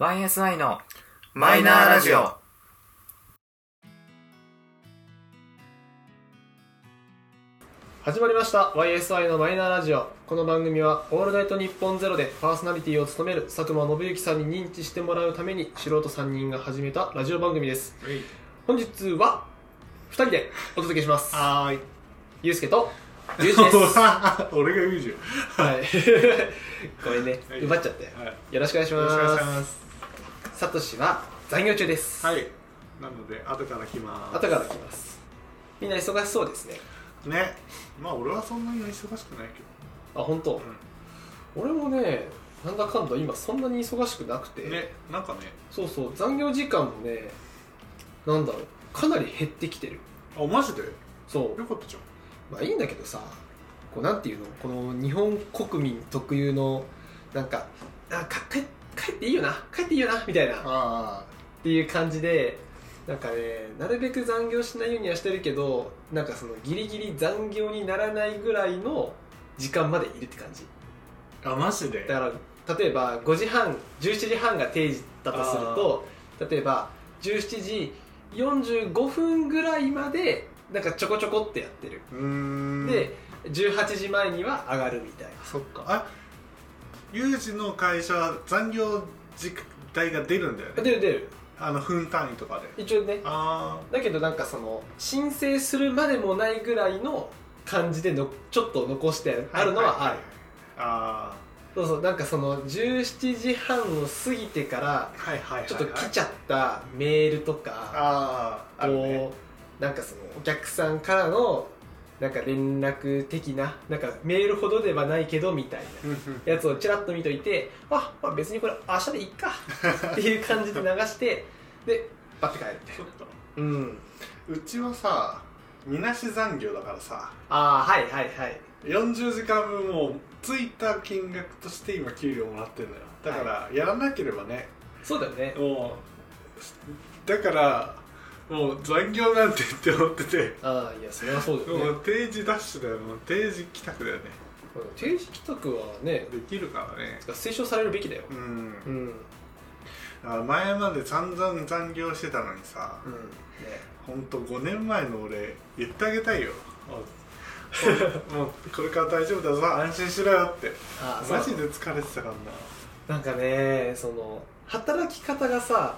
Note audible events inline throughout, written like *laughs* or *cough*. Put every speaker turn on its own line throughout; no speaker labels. YSI の
マイナーラジオ。
始まりました YSI のマイナーラジオこの番組は「オールナイトニッポンゼロでパーソナリティを務める佐久間信之さんに認知してもらうために素人3人が始めたラジオ番組です本日は2人でお届けします
はーい。
ゆうすけとゆうじですは
俺が言うじ
い *laughs* ごめんね
はい
奪っちゃって
ゃん。はい。
よろしくお願いし
よろ
ま
しくお願いし
す
ます。
サトシは残業中です、
はい。なので、後から来ます。
後から来ますみんな忙しそうですね
ね。まあ、俺はそんなに忙しくないけ
あ本当、
ど。
俺もねなんだかんだ今そんなに忙しくなくて、
うん。ね、なんかね、
そうそう残業時間もねなんだろうかなり減ってきてる
あ、マジでよ
そ
かったじゃん。
うまあいいんだけどさこうなんていうのこの日本国民特有のなんかあか帰帰っていいよな帰っていいよなみたいなっ
あ
ていう感じでなんかねなるべく残業しないようにはしてるけどなんかそのギリギリ残業にならないぐらいの時間までいるって感じ
あ。あ、マジで
だから例えば5時半17時半が定時だとすると例えば17時45分ぐらいまでなんかちょこちょこってやってる、
うーん。
で、18時前には上がるみたいな
そっか。あ、ユージの会社は残業時間代が出るんだよね。
出る出る
あの、分単位とかで。
一応ね
あ
だけどなんかその申請するまでもないぐらいの感じでのちょっと残して
あ。
あるのはある、
いいいあ
そうそうなんかその17時半を過ぎてから
あ。はいはいはいはい。
ちょっと来ちゃったメールとか、
ああ、あるね。
こうなんかそのお客さんからのなんか連絡的ななんかメールほどではないけどみたい
うんうん
なやつをちらっと見といてあ、まあ、別にこれ明日でいっ
*laughs*
かっていう感じで流してでバッて帰るみたい
ちょ
な
っと
うん
うちはさみなし残業だからさ
ああはいはいはい
40時間分をついた金額として今給料もらってるのよだから、やらなければね
そうだよね
もうだからもう残業なんてって思ってて
ああいやそれはそうだよね
もう定時ダッシュだよもう定時帰宅だよね
うん定時帰宅はね
できるからね
推奨されるべきだよ
うん
うん
だから前まで散々残業してたのにさ
うんね
ほんと5年前の俺言ってあげたいよ *laughs* もうもうこれから大丈夫だぞ安心しろよって
ああそう
マジで疲れてたからな
なんかねその働き方がさ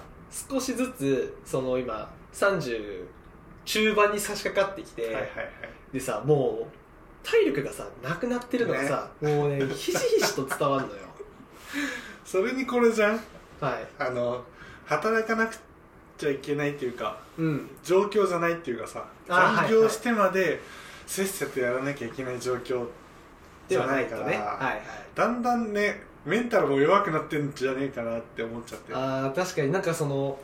少しずつその今30中盤に差し掛かってきて、
はいはいはい
でさもう体力がさなくなってるのがさ、もうねひしひしと伝わる
*laughs*
のよ
それにこれじゃん
はい
あの働かなくちゃいけないっていうか
うん
状況じゃないっていうかさ
あ
残業してまでせっせとやらなきゃいけない状況じ
で
ゃ
はな
ない
い
か
と
ら
ねはいはい
だんだんねメンタルも弱くなってんじゃねえかなって思っちゃって
あー確かになんかその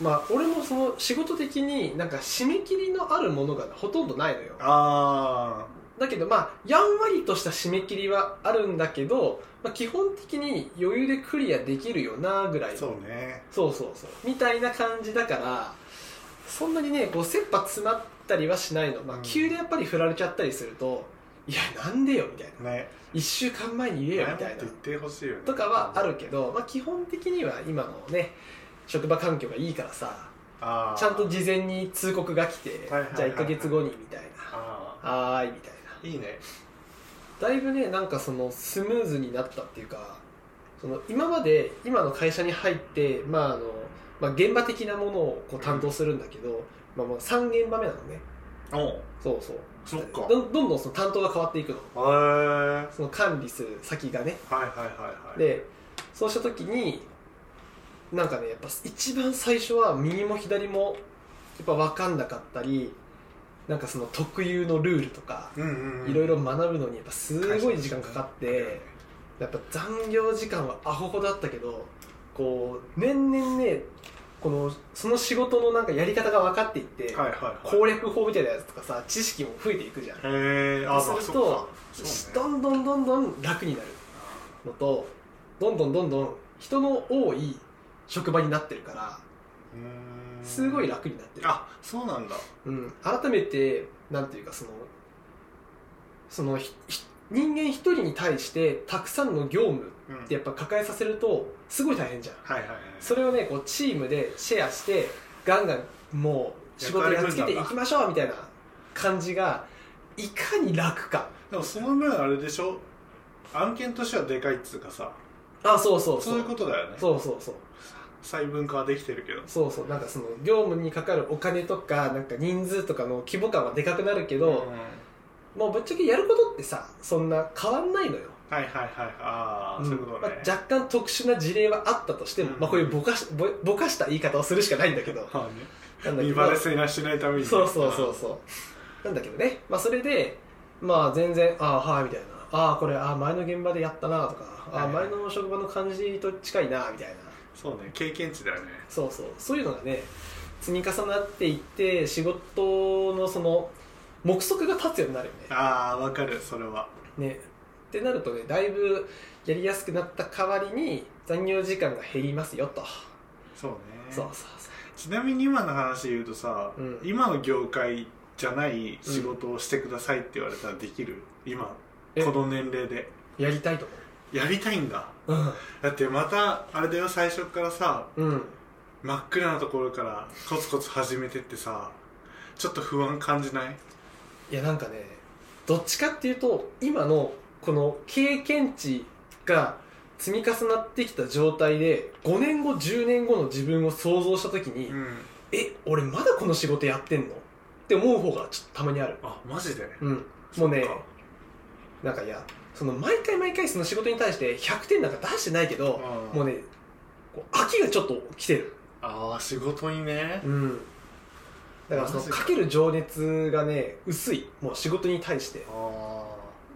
まあ俺もその仕事的になんか締め切りのあるものがほとんどないのよ
あ
だけどまあやんわりとした締め切りはあるんだけど、まあ、基本的に余裕でクリアできるよなぐらい
ーそうね
そうそうそうみたいな感じだからそんなにねこう切羽詰まったりはしないの、まあ
う、ん
急でやっぱり振られちゃったりすると「いやなんでよ」みたいな
ね
「1週間前に言え
前
よ」
も
み
って
たいな
言ってほしいよね
とかはあるけど、まあ、基本的には今のね職場環境がいいからさ
あー
ちゃんと事前に通告が来て
はいはいはい
じゃあ1ヶ月後にみたいな
あ
「はーい」みたいな
ーいいね
だいぶねなんかそのスムーズになったっていうかその今まで今の会社に入って、まああのまあ、現場的なものをこう担当するんだけど、まあ、もう3現場目なのね
おう
そうそう
そっか
どんどんどんその担当が変わっていくの
へえはい
その管理する先がね
はいはいはい
でそうした時になんかねやっぱ一番最初は右も左もやっぱ分かんなかったりなんかその特有のルールとか
うんうんうん
いろいろ学ぶのにやっぱすごい時間かかって。やっぱ残業時間はアホほどあったけどこう年々ねこのその仕事のなんかやり方が分かっていって、
はいはいはい
攻略法みたいなやつとかさ知識も増えていくじゃん、
へえあまあ
そうする
そ
と
うかそうね
どんどんどんどん楽になるのとどんどんどんどん人の多い職場になってるから
うーん
すごい楽になってる、
あそうなんだ
うん、改めてなんていうかそのそのひひ人間一人に対してたくさんの業務
うん
ってやっぱ抱えさせるとすごい大変じゃん
はいはいはい
それをねこうチームでシェアしてガンガンもう仕事やっつけていきましょうみたいな感じがいかに楽か
でもその分あれでしょ案件としてはでかいっつうかさ
あそうそうそ
そ
う
ういうことだよね
そうそうそう
細分化はできてるけど
そうそうなんかその業務にかかるお金とかなんか人数とかの規模感はでかくなるけ
うん
ど、
はい
もうぶっちゃけやることってさそんな変わんないのよ
はいはいああ、
うん
そういうこと
まあ
ね、
若干特殊な事例はあったとしても、
うん
まあ、こういうぼかしぼぼかした言い方をするしかないんだけ
*laughs*
ど
まあ
なん
ね
だけ
見
ど
バレせなしないために
*laughs* そうそうそうそうなんだけどね、まあ、それで、まあ、全然ああはいみたいなああこれああ前の現場でやったなとかああ
はいはい
前の職場の感じと近いなみたいな
そうね経験値だよね
そうそうそういうのがね積み重なっていって仕事のその目測が立つようになるよね
ああわかるそれは
ねってなるとねだいぶやりやすくなった代わりに残業時間が減りますよと、
そうね
そうそうそ
ちなみに今の話で言うとさ、
うん
今の業界じゃない仕事をしてくださいって言われたらできる、今
え
この年齢で
うやりたいと
やりたいんだ
思う
だってまたあれだよ最初からさ
うんうん
真っ暗なところからコツコツ始めてってさちょっと不安感じない
いやなんかねどっちかっていうと今のこの経験値が積み重なってきた状態で5年後10年後の自分を想像した時に、
うん
え俺まだこの仕事やってんのって思う方がちょっとたまにある
あマジで
うんもうね
そっか
なんかいやその毎回毎回その仕事に対して100点なんか出してないけど
うん
もうねこう秋がちょっと来てる
ああ仕事にね
うんだからその
マジか
かける情熱がね薄いもう仕事に対して
ああ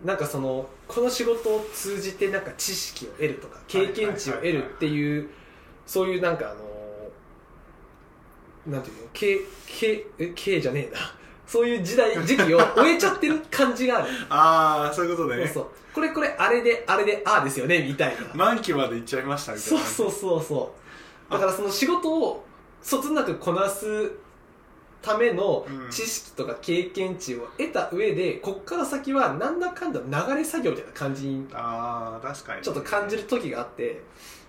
なんかそのこの仕事を通じてなんか知識を得るとか経験値を得るっていうそういうなんかあのーなんていうの経経え経じゃねえな *laughs* そういう時代時期を終えちゃってる感じ
*laughs*
がある
ああそういうこと
そう
ね
そうこれこれあれであれでああですよねみたいな、
満期まで行っちゃいましたみたい
そう
な
そうそうそうだからその仕事をそつなくこなすための
うん
知識とか経験値を得た上でこっから先はなんだかんだ流れ作業みたいな感じに
ああ確かにね
ちょっと感じる時があって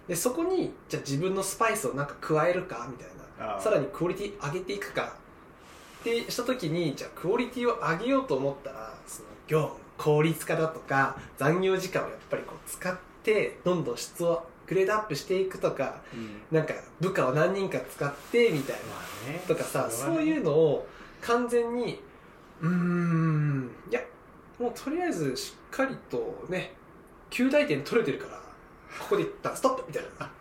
でそこにじゃあ自分のスパイスをなんか加えるかみたい
あ
な
ー
さらにクオリティ上げていくかってした時にじゃあクオリティを上げようと思ったらその業務効率化だとか残業時間をやっぱりこう使ってどんどん質をグレードアップしていくとか
うん
なんか部下を何人か使ってみたいな
まあね
とかさ
れ
そ
はね
ういうのを完全にうーんいやもうとりあえずしっかりとね9大点取れてるからここで一旦ストップみたいな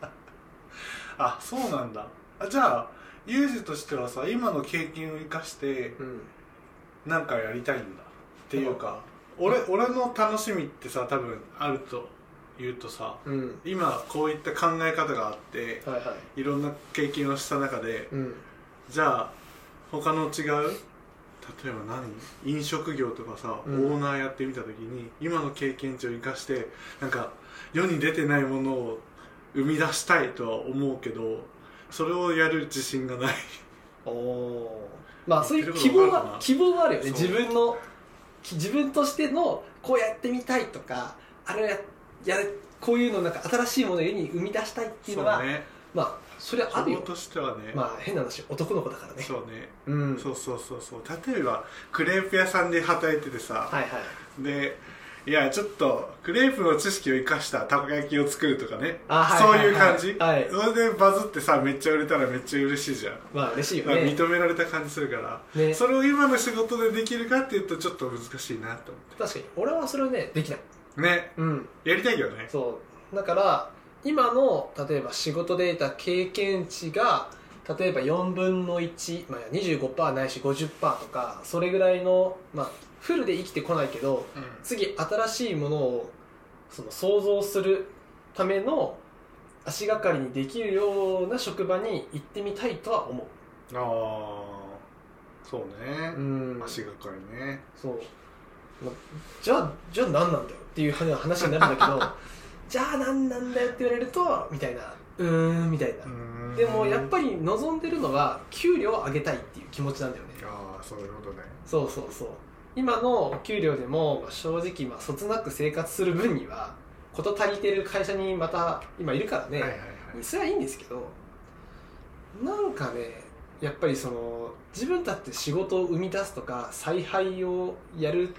あそうなんだあじゃあユージとしてはさ今の経験を生かして
うん
なんかやりたいんだっていうか俺俺の楽しみってさ多分あると言うとさ
うん
今こういった考え方があって
はいはい
ろんな経験をした中で
いうん
じゃあ他の違う例えば何飲食業とかさ、
うん
オーナーやってみた時に今の経験値を生かしてなんか世に出てないものを生み出したいとは思うけどそれをやる自信がない
おおまあそういう
言っ
希
てることわ
望
かるか
は
な
希望はあるよね
そう
自分のき自分としてのこうやってみたいとかあれをややこういうのなんか新しいものを世に生み出したいっていうのは
ね
まあそれはある
希
よ
望としてはね、
まあ変な話男の子だからね
そうね、
うん
そうそうそうそう例えばクレープ屋さんで働いててさ、
はいはい
でいやちょっとクレープの知識を生かしたたこ焼きを作るとかね
あはい
そういう感じ、
はいはい
それでバズってさめっちゃ売れたらめっちゃ嬉しいじゃん、
まあ嬉しいよ
まあ
ね
認められた感じするから、
ね
それを今の仕事でできるかっていうとちょっと難しいなと思っ
確かに俺はそれはねできない
てね
うん
やりたいよね
そうだから今の例えば仕事で得た経験値が例えば4分の1、まあ、25%ないし50%とかそれぐらいの、まあ、フルで生きてこないけど
うん
次新しいものをその想像するための足がかりにできるような職場に行ってみたいとは思
ああそうね
う、うん
足がかりね
そう、まじゃあじゃあ何なんだよっていう話にな
*laughs*
るんだけどじゃあ何なんだよって言われるとみたいなうーんみたいな、
うーん
でもやっぱり望んでるのは給料を上げたいっていう気持ちなんだよね
ああそういうことね
そうそうそう今のお給料でも正直まあそつなく生活する分には事足りてる会社にまた今いるからね、
はいはいはい
それはいいんですけどなんかねやっぱりその自分たちで仕事を生み出すとか采配をやるっ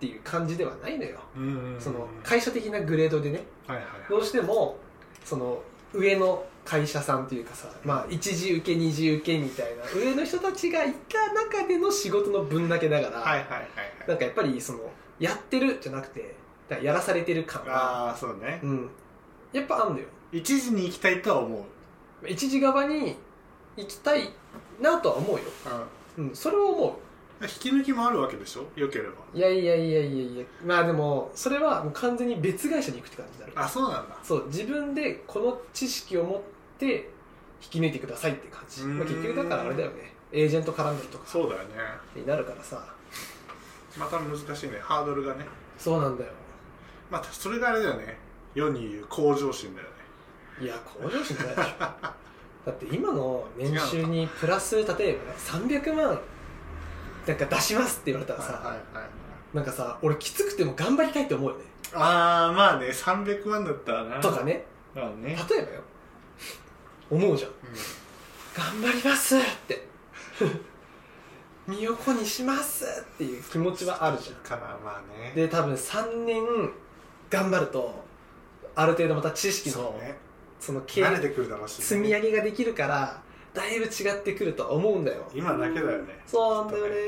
ていう感じではないのよ、
うんうん
その
はい
会社的なグレードでね
はいはい
どうしてもその上の会社さんというかさ、まあ、一次受け二次受けみたいな上の人たちがいた中での仕事の分だけだから、
はいはいはいは
ないんかやっぱりそのやってるじゃなくてだからやらされてる感が、
ああそうね
うん、やっぱあんのよ
一時に行きたいとは思う
一時側に行きたいなとは思うよ、うん、それを思
引き抜きもあるわけでしょよければ
ういやいやいやいやいやまあでもそれはもう完全に別会社に行くって感じになる
あそうなんだ
そう自分でこの知識を持って引き抜いてくださいって感じ、
うーん
まあ、結局だからあれだよねエージェント絡んだりとか
そうだよね
になるからさ
また難しいねハードルがね
そうなんだよ
まあそれがあれだよね世に言う向上心だよね
いや向上心
*laughs*
じゃないでしょだって今の年収にプラス例えば300万なんか出しますって言われたらさ、
はいはいはい
なんかさ俺きつくても頑張りたいって思うよね
ああまあね300万だったらな
とかね
まあね
例えばよ思うじゃん
うん
頑張りますって身を粉にしますっていう気持ちはあるじゃん
からまあね
で多分3年頑張るとある程度また知識の
そうね
その経
慣れてくるだろうしね
積み上げができるからだいぶ違ってくるとは思うんだよ
今だけだよね
そうなんだよ
きっ
ね
と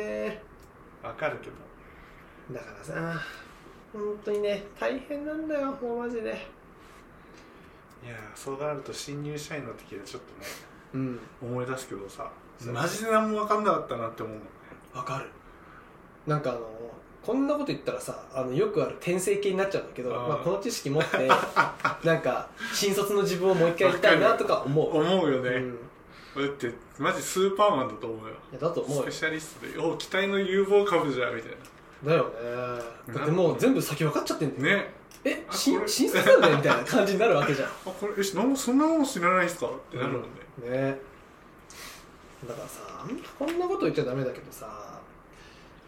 ねわかるけど
だからさ本当にね大変なんだよもうマジで
いやーそうなると新入社員の時はちょっとね
うん
思い出すけどさ
そう
マジで何も分かんなかったなって思うもんね
わかるなんかあのこんなこと言ったらさあのよくある転生系になっちゃうんだけど
あー
まあ、この知識持って *laughs* なんか新卒の自分をもう一回やりたいなとか *laughs* 思う
思うよね、
うん、
だ
い
ってマジスーパーマンだと思うよ
やだと思う
ス
よ
ペシャリストでお期待の有望株じゃんみたい
だよねだってもう全部先分かっちゃってんだよ
なね
え
あ
新
これ
新卒なんだよみたいな感じになるわけじゃん *laughs* ね
あこれえしなんもそんなもん知らないんすかってなるもんね、
だからさあんこんなこと言っちゃダメだけどさ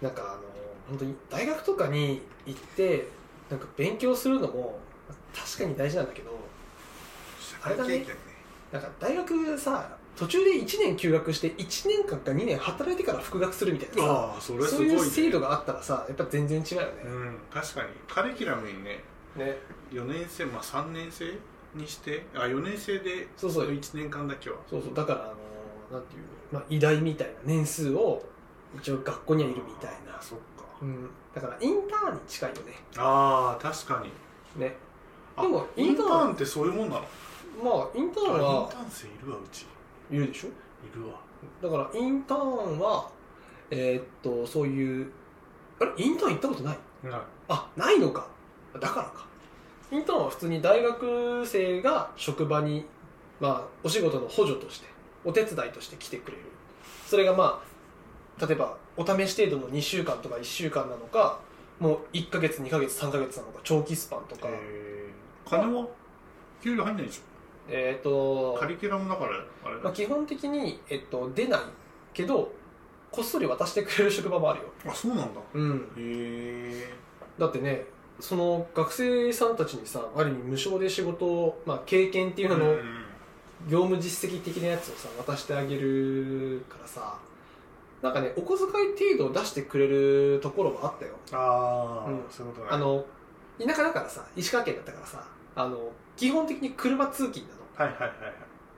なんかあの本当に大学とかに行ってなんか勉強するのも確かに大事なんだけどあれだね
経験
なんか大学さ途中で1年休学して1年間か2年働いてから復学するみたいなさ
ああそれす
そう
ごい、
い
ね、
う制度があったらさやっぱ全然違うよね
うん確かにカリキュラムにね
ね
4年生まあ3年生にしてあ4年生で
そうそう
1年間だけは
そうそうだからあのなんていうの、まあ、偉大みたいな年数を一応学校にはいるみたいな
あーそっか
うん、だからインターンに近いよね
ああ確かに
ね
あ
でも
インタ
インター
ー
ン
ンってそういうもんなの
まあインターン
あイン
は
ターン生いるわうちい
いるでしょ
るわ
だからインターンはえーっとそういうあれインターン行ったことない
な
あないのかだからかインターンは普通に大学生が職場に、まあ、お仕事の補助としてお手伝いとして来てくれるそれがまあ例えばお試し程度の2週間とか1週間なのかもう1ヶ月2ヶ月3ヶ月なのか長期スパンとか
えー、金は給料入んないでし
えーっ、
ょ
と
カリキュラムだからあれ
まあ、基本的に、えっと、出ないけどこっそり渡してくれる職場もあるよ、
あそうなんだ
うん、
へえ
だってねその学生さんたちにさある意味無償で仕事を、まあ、経験っていうのの業務実績的なやつをさ渡してあげるからさなんかねお小遣い程度出してくれるところはあったよ
ああ、
うん
そういうことね
あの田舎だからさ石川県だったからさあの基本的に車通勤なの
はいはいはいはい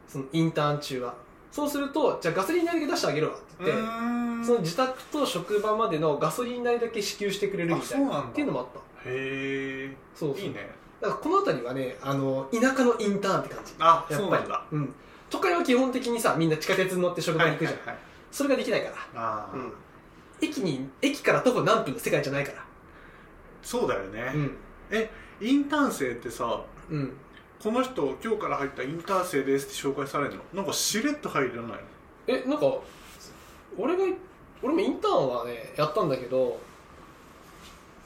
そのインターン中はそうするとじゃあガソリン代だけ出してあげるわって言って、
ー
その自宅と職場までのガソリン代だけ支給してくれるみた
あ
い
そう
な
なんだ
っていうのもあった
へえ
そうそう
いいね
だからこの辺りはねあの田舎のインターンって感じ
あ
や
そ
っ
う
ぱ
な
り
んだ
うん、都会は基本的にさみんな地下鉄に乗って職場に行くじゃ
は
ん、
いはいはい
それができないから、
ああ、
うん、駅に駅から徒歩何分の世界じゃないから
そうだよね、
うん
インターン生ってさ
うん
この人今日から入ったインターン生ですって紹介されるのなんかしれっと入らないの
えなんか俺が俺もインターンはねやったんだけど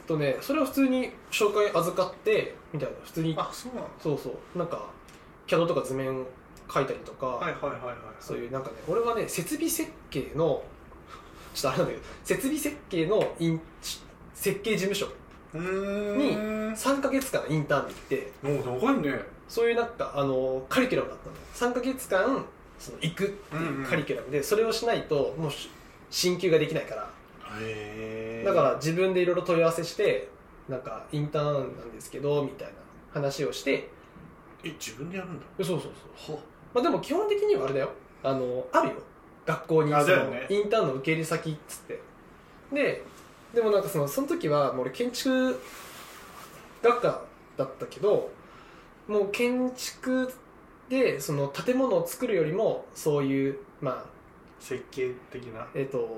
えっとねそれは普通に紹介預かってみたいな普通に
あそうなの
そうそうなんかキャドとか図面書いたりとか、
はいはいはいはい
そういうなんかね俺はね設備設計のちょっとあれなんだけど設備設計のインし設計事務所
うーん
3ヶ月間インターンで行って
もう長いね
そういうなんかあのカリキュラムだったんだよ3ヶ月間その行くっていうカリキュラムで、それをしないともうし進級ができないから
へえ
だから自分でいろいろ問い合わせしてなんかインターンなんですけどみたいな話をして
え自分でやるんだ
そうそうそう、
は
まあ、でも基本的にはあれだよあのあるよ学校に
あ
そ
だよ
の
ね
インターンの受け入れ先っつってででもなんかそのその時はもう俺建築学科だったけどもう建築でその建物を作るよりもそういうまあ
設計的な
えっと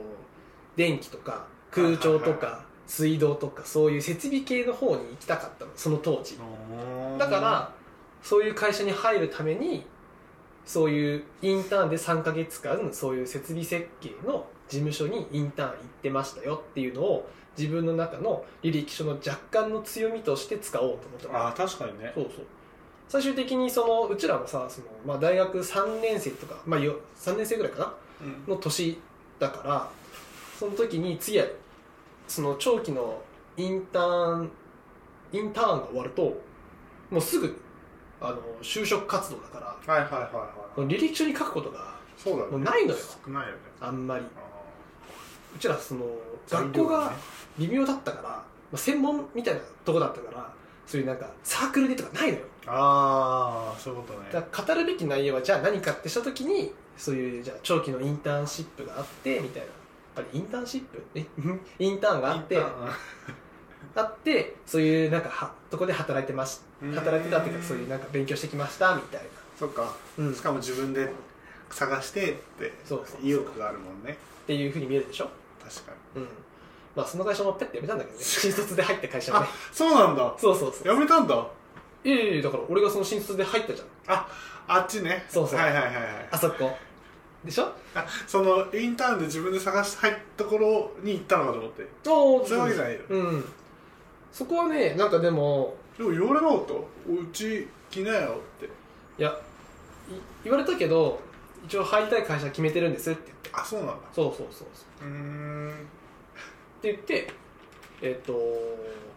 電気とか空調とか水道とかそういう設備系の方に行きたかったのその当時だからそういう会社に入るためにそういうインターンで3ヶ月間そういう設備設計の事務所にインターン行ってましたよっていうのを自分の中の履歴書の若干の強みとして使おうと思ったの
ああ確かにね
そうそう最終的にそのうちらもさその、まあ、大学3年生とか、まあ、よ3年生ぐらいかな
うん
の年だからその時に次はその長期のインターンインターンが終わるともうすぐあの就職活動だから
はいはいはいはい
この履歴書に書くことが
そうだね
もうないのよ
少ないよね
あんまり
あ
うちらその
ー
学校
材料
が
ね
微妙だったから、まあ、専門みたいなとこだったからそういうなんかサークルでとかないのよ
ああそういうことね
だから語るべき内容はじゃあ何かってした時にそういうじゃあ長期のインターンシップがあってみたいなやっぱりインターンシップえ *laughs* インターンがあって
インターン
あってそういうなんかはとこで働いてまし
うん
働いてたっていうかそういうなんか勉強してきましたみたい
そっか
な、うん、っ
しかも自分で探してって
そうそうそう
意欲があるもんね
ていうふうに見えるでしょ、
確かに
うん、まあその会社もペッて辞めたん
*laughs*
だけどね新卒で入った会社もね
そうなんだ
そうそうそう
やめたんだ
いやいやいやだから俺がその新卒で入ったじゃん
あっちね
そうそう
はいはいはいはい
あそこでしょ
あそのインターンで自分で探して入ったところに行ったのかと思って
お
そういうわけじゃないよ
うんそこはねなんかでも
でも言われなかったおうち来なよって
いやい言われたけど一応入りたい会社決めてるんですって言って
あそうなんだ
そうそうそうそ
うー
う
ん
って言ってえっ、と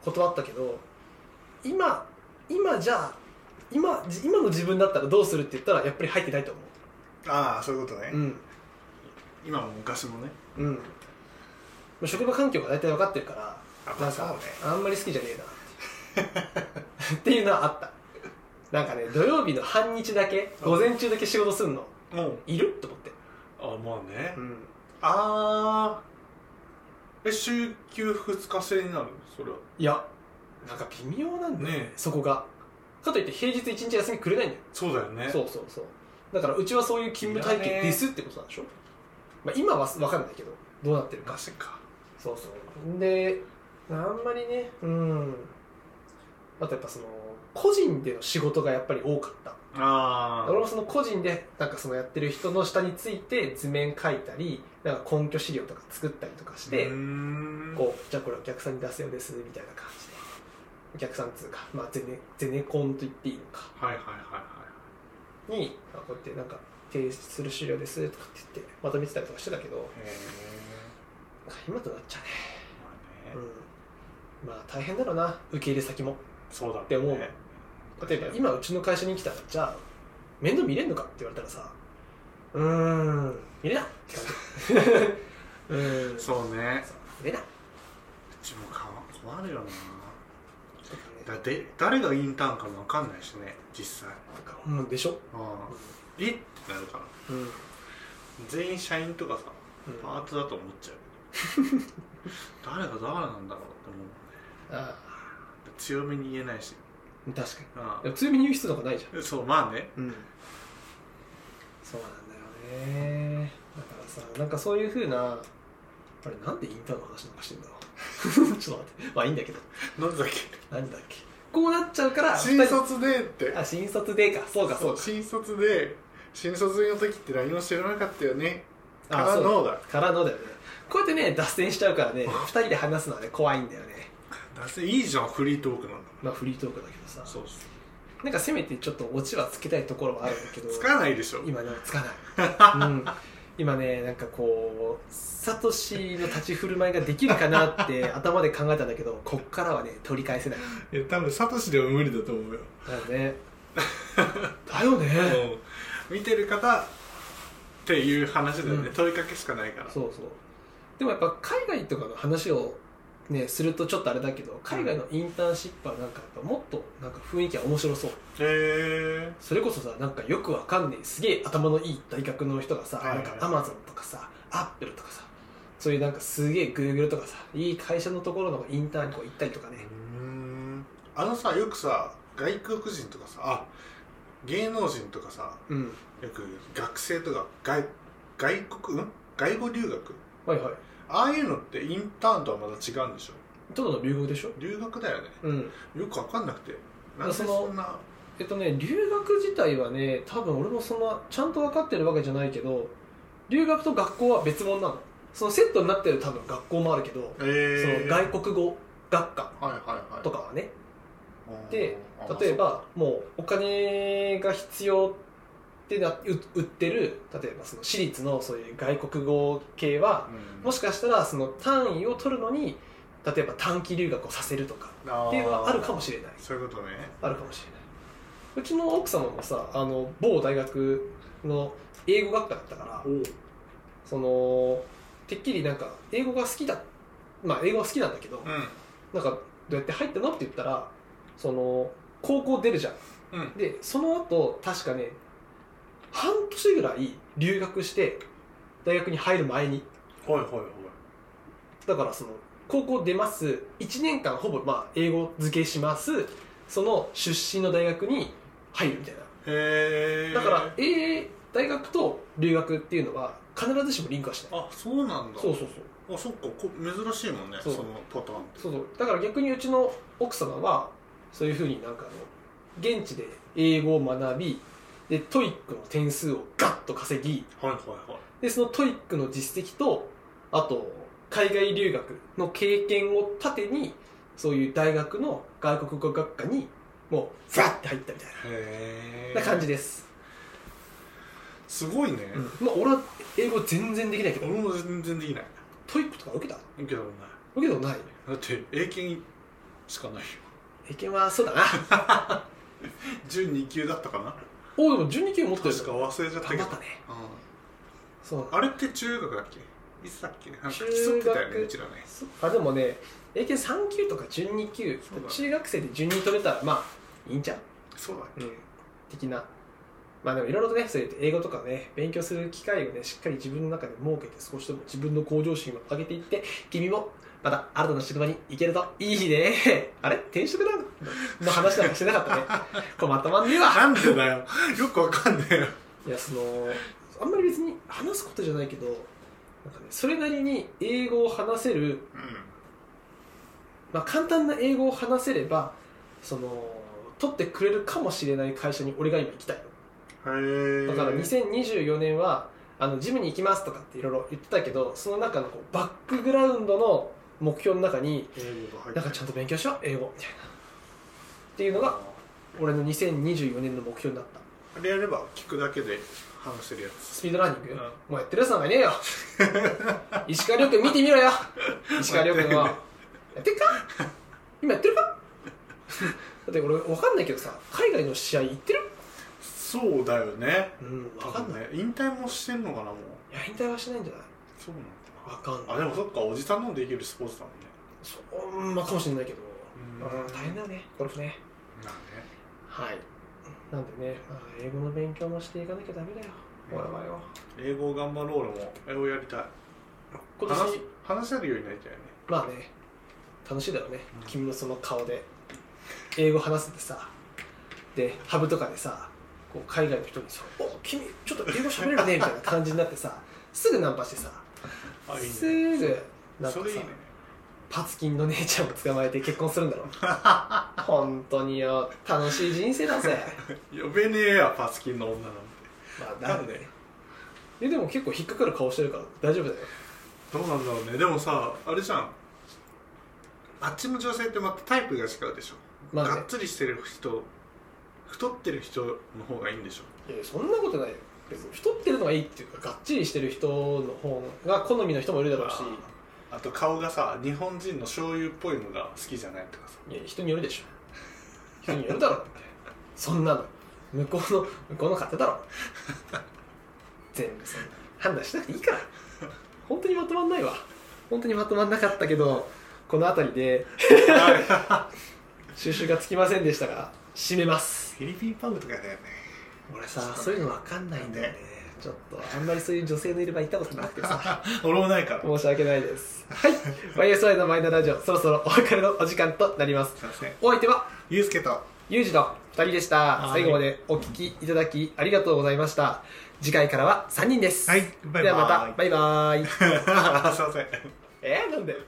断ったけど今今じゃあ今じ今の自分だったらどうするって言ったらやっぱり入ってないと思
ああそういうことね、
ううん
今も昔もね
うんまあ職場環境が大体分かってるから
あ
なん
そう
か
ね
あんまり好きじゃねえなって *laughs* っていうのはあったなんかね土曜日の半日だけ午前中だけ仕事すんの
もう
いると思って
あまあね、
ん
ああえ週休2日制になるそれはい
やなんか微妙なんだよ、
ねえ
そこがかといって平日一日休みくれないんだよ
そうだよね
そうそうそうだからうちはそういう勤務体系ですってことなんでしょ、まあ、今は分かんないけどどうなってるか
マジか
そうそうであんまりねうんあとやっぱその個人での仕事がやっぱり多かった
あ
俺もその個人でなんかそのやってる人の下について図面書いたりなんか根拠資料とか作ったりとかして、
うーん
こうじゃあこれお客さんに出せようですみたいな感じでお客さんっつうか、まあ、ゼネゼネコンと言っていいのか
はいはいはいはい
にあこうやってなんか提出する資料ですとかって言ってまとめてたりとかしてたけど
へ
今となっちゃう
え、まあ
ね
ね、
うんまあ大変だろうな受け入れ先も
そうだね
って思う例えば
確かに
今うちの会社に来たらじゃあ面倒見れんのかって言われたらさうーん見れなって *laughs* 感じうーんそう
そうね
見れなだ
うちもか困るよな
から
だ
ね
って誰がインターンかも分かんないしね実際
なんかうんでしょ
うんえってなるから
うんうん
全員社員とかさパートだと思っちゃう *laughs* 誰が誰なんだろうって思う
あ
強めに言えないし
あ確かに
あ
でも強みに言う必要とかないじゃん
あそうまあね
うんそうなんだよねだからさなんかそういうふうなあれなんでインターンの話なんかしてんだろう *laughs* ちょっと待ってまあいいんだけど
なんだっけ
何だっけこうなっちゃうから
新卒でって
あ新卒でかそうかそうか
新卒で新卒の時って何も知らなかったよね
あ
から
そう
のだ
からのだよねこうやってね脱線しちゃうからね二人で話すのはね怖いんだよね
だっていいじゃんフリートークなんだか
まあフリートークだけどさ
らそうそう
なんかせめてちょっとオチはつけたいところはあるんだけど
つかないでしょ
*laughs* 今ねつかない、うん、今ねなんかこうサトシの立ち振る舞いができるかなって *laughs* 頭で考えたんだけどこっからはね取り返せない
いや多分サトシでも無理だと思うよ、
だよね *laughs* だよね、
うん
見てる方っていう話だよね、
うん
問いかけしかないから
そうそうでもやっぱ海外とかの話をねするとちょっとあれだけど海外のインターンシップはなんかやっぱもっとなんか雰囲気は面白そう
へえ
それこそさなんかよくわかんねえすげえ頭のいい大学の人がさ、
はいはい
なんかアマゾンとかさアップルとかさそういうなんかすげえグーグルとかさいい会社のところのインターンにこう行ったりとかね
うんあのさよくさ外国人とかさあ芸能人とかさ
うん
よく学生とか外外国うん外語留学
はいはい
ああいうのってインターンとはまた違うんでしょ
ただの留学でしょ
留学だよね
うん
よくわかんなくてなんで
その
そんな
えっとね留学自体はね多分俺もそんなちゃんと分かってるわけじゃないけど留学と学校は別物なのそのセットになってる多分学校もあるけど、
え
その外国語学科
はいはいはい
とかはね
うん
で
あまあ
例えばもうお金が必要ってなう売ってる例えばその私立のそういう外国語系は
うん
もしかしたらその単位を取るのに例えば短期留学をさせるとか
あー
っていうのはあるかもしれない
そういうことね
あるかもしれないうちの奥様もさあの某大学の英語学科だったからそのてっきりなんか英語が好きだまあ英語は好きなんだけど、なんかどうやって入ったのって言ったらその高校出るじゃん
うんうん
でその後確かね半年ぐらい留学して大学に入る前に
はいはいはい
だからその高校出ます1年間ほぼまあ英語付けしますその出身の大学に入るみたいな
へえ
だから、えー大学と留学っていうのは必ずしもリンクはしない
あそうなんだ
そうそう
あそっかこ珍しいもんね
そ
そうのパターンって
そうそうそうだから逆にうちの奥様はそういうふうになんかあの現地で英語を学びでトイックの点数をガッと稼ぎ
はいはいはい
でそのトイックの実績とあと海外留学の経験を盾にそういう大学の外国語学科にもうザッて入ったみたい
へえ
なな感じです、
すごいね、
まあ俺は英語全然できないけど
俺も全然できない
トイックとか受けた
受けたことない
受けたことない
だって英検しかないよ
*laughs* 英検は *laughs* そうだな
12級だったかな
おでも12級持ってる
確
か
か忘れちゃったけ
頑
ど
張ったね
う
そうん
あれって中学だっけいつだっけなんか競ってたよね
中学
うちらね
そあでもね英検3級とか12級
そうだ
中学生で12取れたらまあいいんじゃん
そうだっ
うん、的な、まあでもいろいろとね、そういう英語とかね、勉強する機会をね、しっかり自分の中で設けて、少しでも自分の向上心を上げていって、君もまた新たな職場に行けるといいね。あれ転職だの話なんかしてなかったね。
*laughs*
これまとまんねえ
け
わ。
なんでだよよくわかんねえよ
いや、その、あんまり別に話すことじゃないけど、なんかね、それなりに英語を話せるまあ、簡単な英語を話せればその取ってくれるかもしれない会社に俺が今行きたい
うんへえ
のだから2024年はあのジムに行きますとかっていろいろ言ってたけどその中のこうバックグラウンドの目標の中に
英語が入って
なんかちゃんと勉強しよう英語みたいなっていうのが俺の2024年の目標になった
あれやれば聞くだけで話せるやつ
スピードランニ
う
ング、
ん
もうやってるやつなんかいねえよ *laughs* 石川遼君見てみろよ石川遼君はやってっか今やってるかだって俺わかんないけどさ海外の試合行ってる
そうだよね
うんわ
わ
か
か
ん
ん
ない
ない引退もしてんのかなもう
いや引退はしないんじゃない
そうなん
わかん
だ
ない
あでもそっかおじさんのできるスポーツだもんね
そううんまあかもしれないけど
うん
うん大変だよねゴルフね
まあね
はいなんでね、まあ、英語の勉強もしていかなきゃダメだよ
うん
俺はよ
英語を頑張ろう俺も英語やりたい
今
話
年
す話せるようになりたいよね
まあね楽しいだろうね、
うん
君のその顔で英語話せてさでハブとかでさこう海外の人にさ「お君ちょっと英語喋れるね」みたいな感じになってさ *laughs* すぐナンパしてさ
あいいね
すぐなん
そ
か
れいい
さ
ね
パツキンの姉ちゃんを捕まえて結婚するんだろ
*laughs*
本当によ楽しい人生だぜ
呼べねえやパツキンの女なんて
まあな
な
る
んで
ねえでも結構引っかかる顔してるから大丈夫だよ
どうなんだろうねでもさあれじゃんあっちの女性ってまたタイプが違うでしょ、
まあ
が
ね
っつりしてる人太ってる人の方がいいんでしょ
いやそんなことないよ別に太ってるのがいいっていうかがっちりしてる人の方が好みの人もいるだろうし
あと顔がさ日本人の醤油っぽいのが好きじゃないとかさ
いや人によるでしょ人によるだろってそんなの向こうの向こうの勝手だろ全部そんな判断しなくていいから本当にまとまんないわ本当にまとまんなかったけどこの辺りで収集がつきませんでしたが締めます
フィリピンパブとかだ
*laughs*
よね
俺さそういうの分かんないんだよねちょっとあんまりそういう女性のいる場行ったことなくてさ
俺もないから
*laughs* 申し訳ないですはい YSY のマイナーラジオそろそろお別れのお時間となります
すいません
お相手は
ゆうすけと
*laughs*
ゆうじの2人でした
はい
最後までお聞きいただきありがとうございました次回からは3人です
はいバイバイ
ではまたバイバイ *laughs*
すいません
えー、なんだよ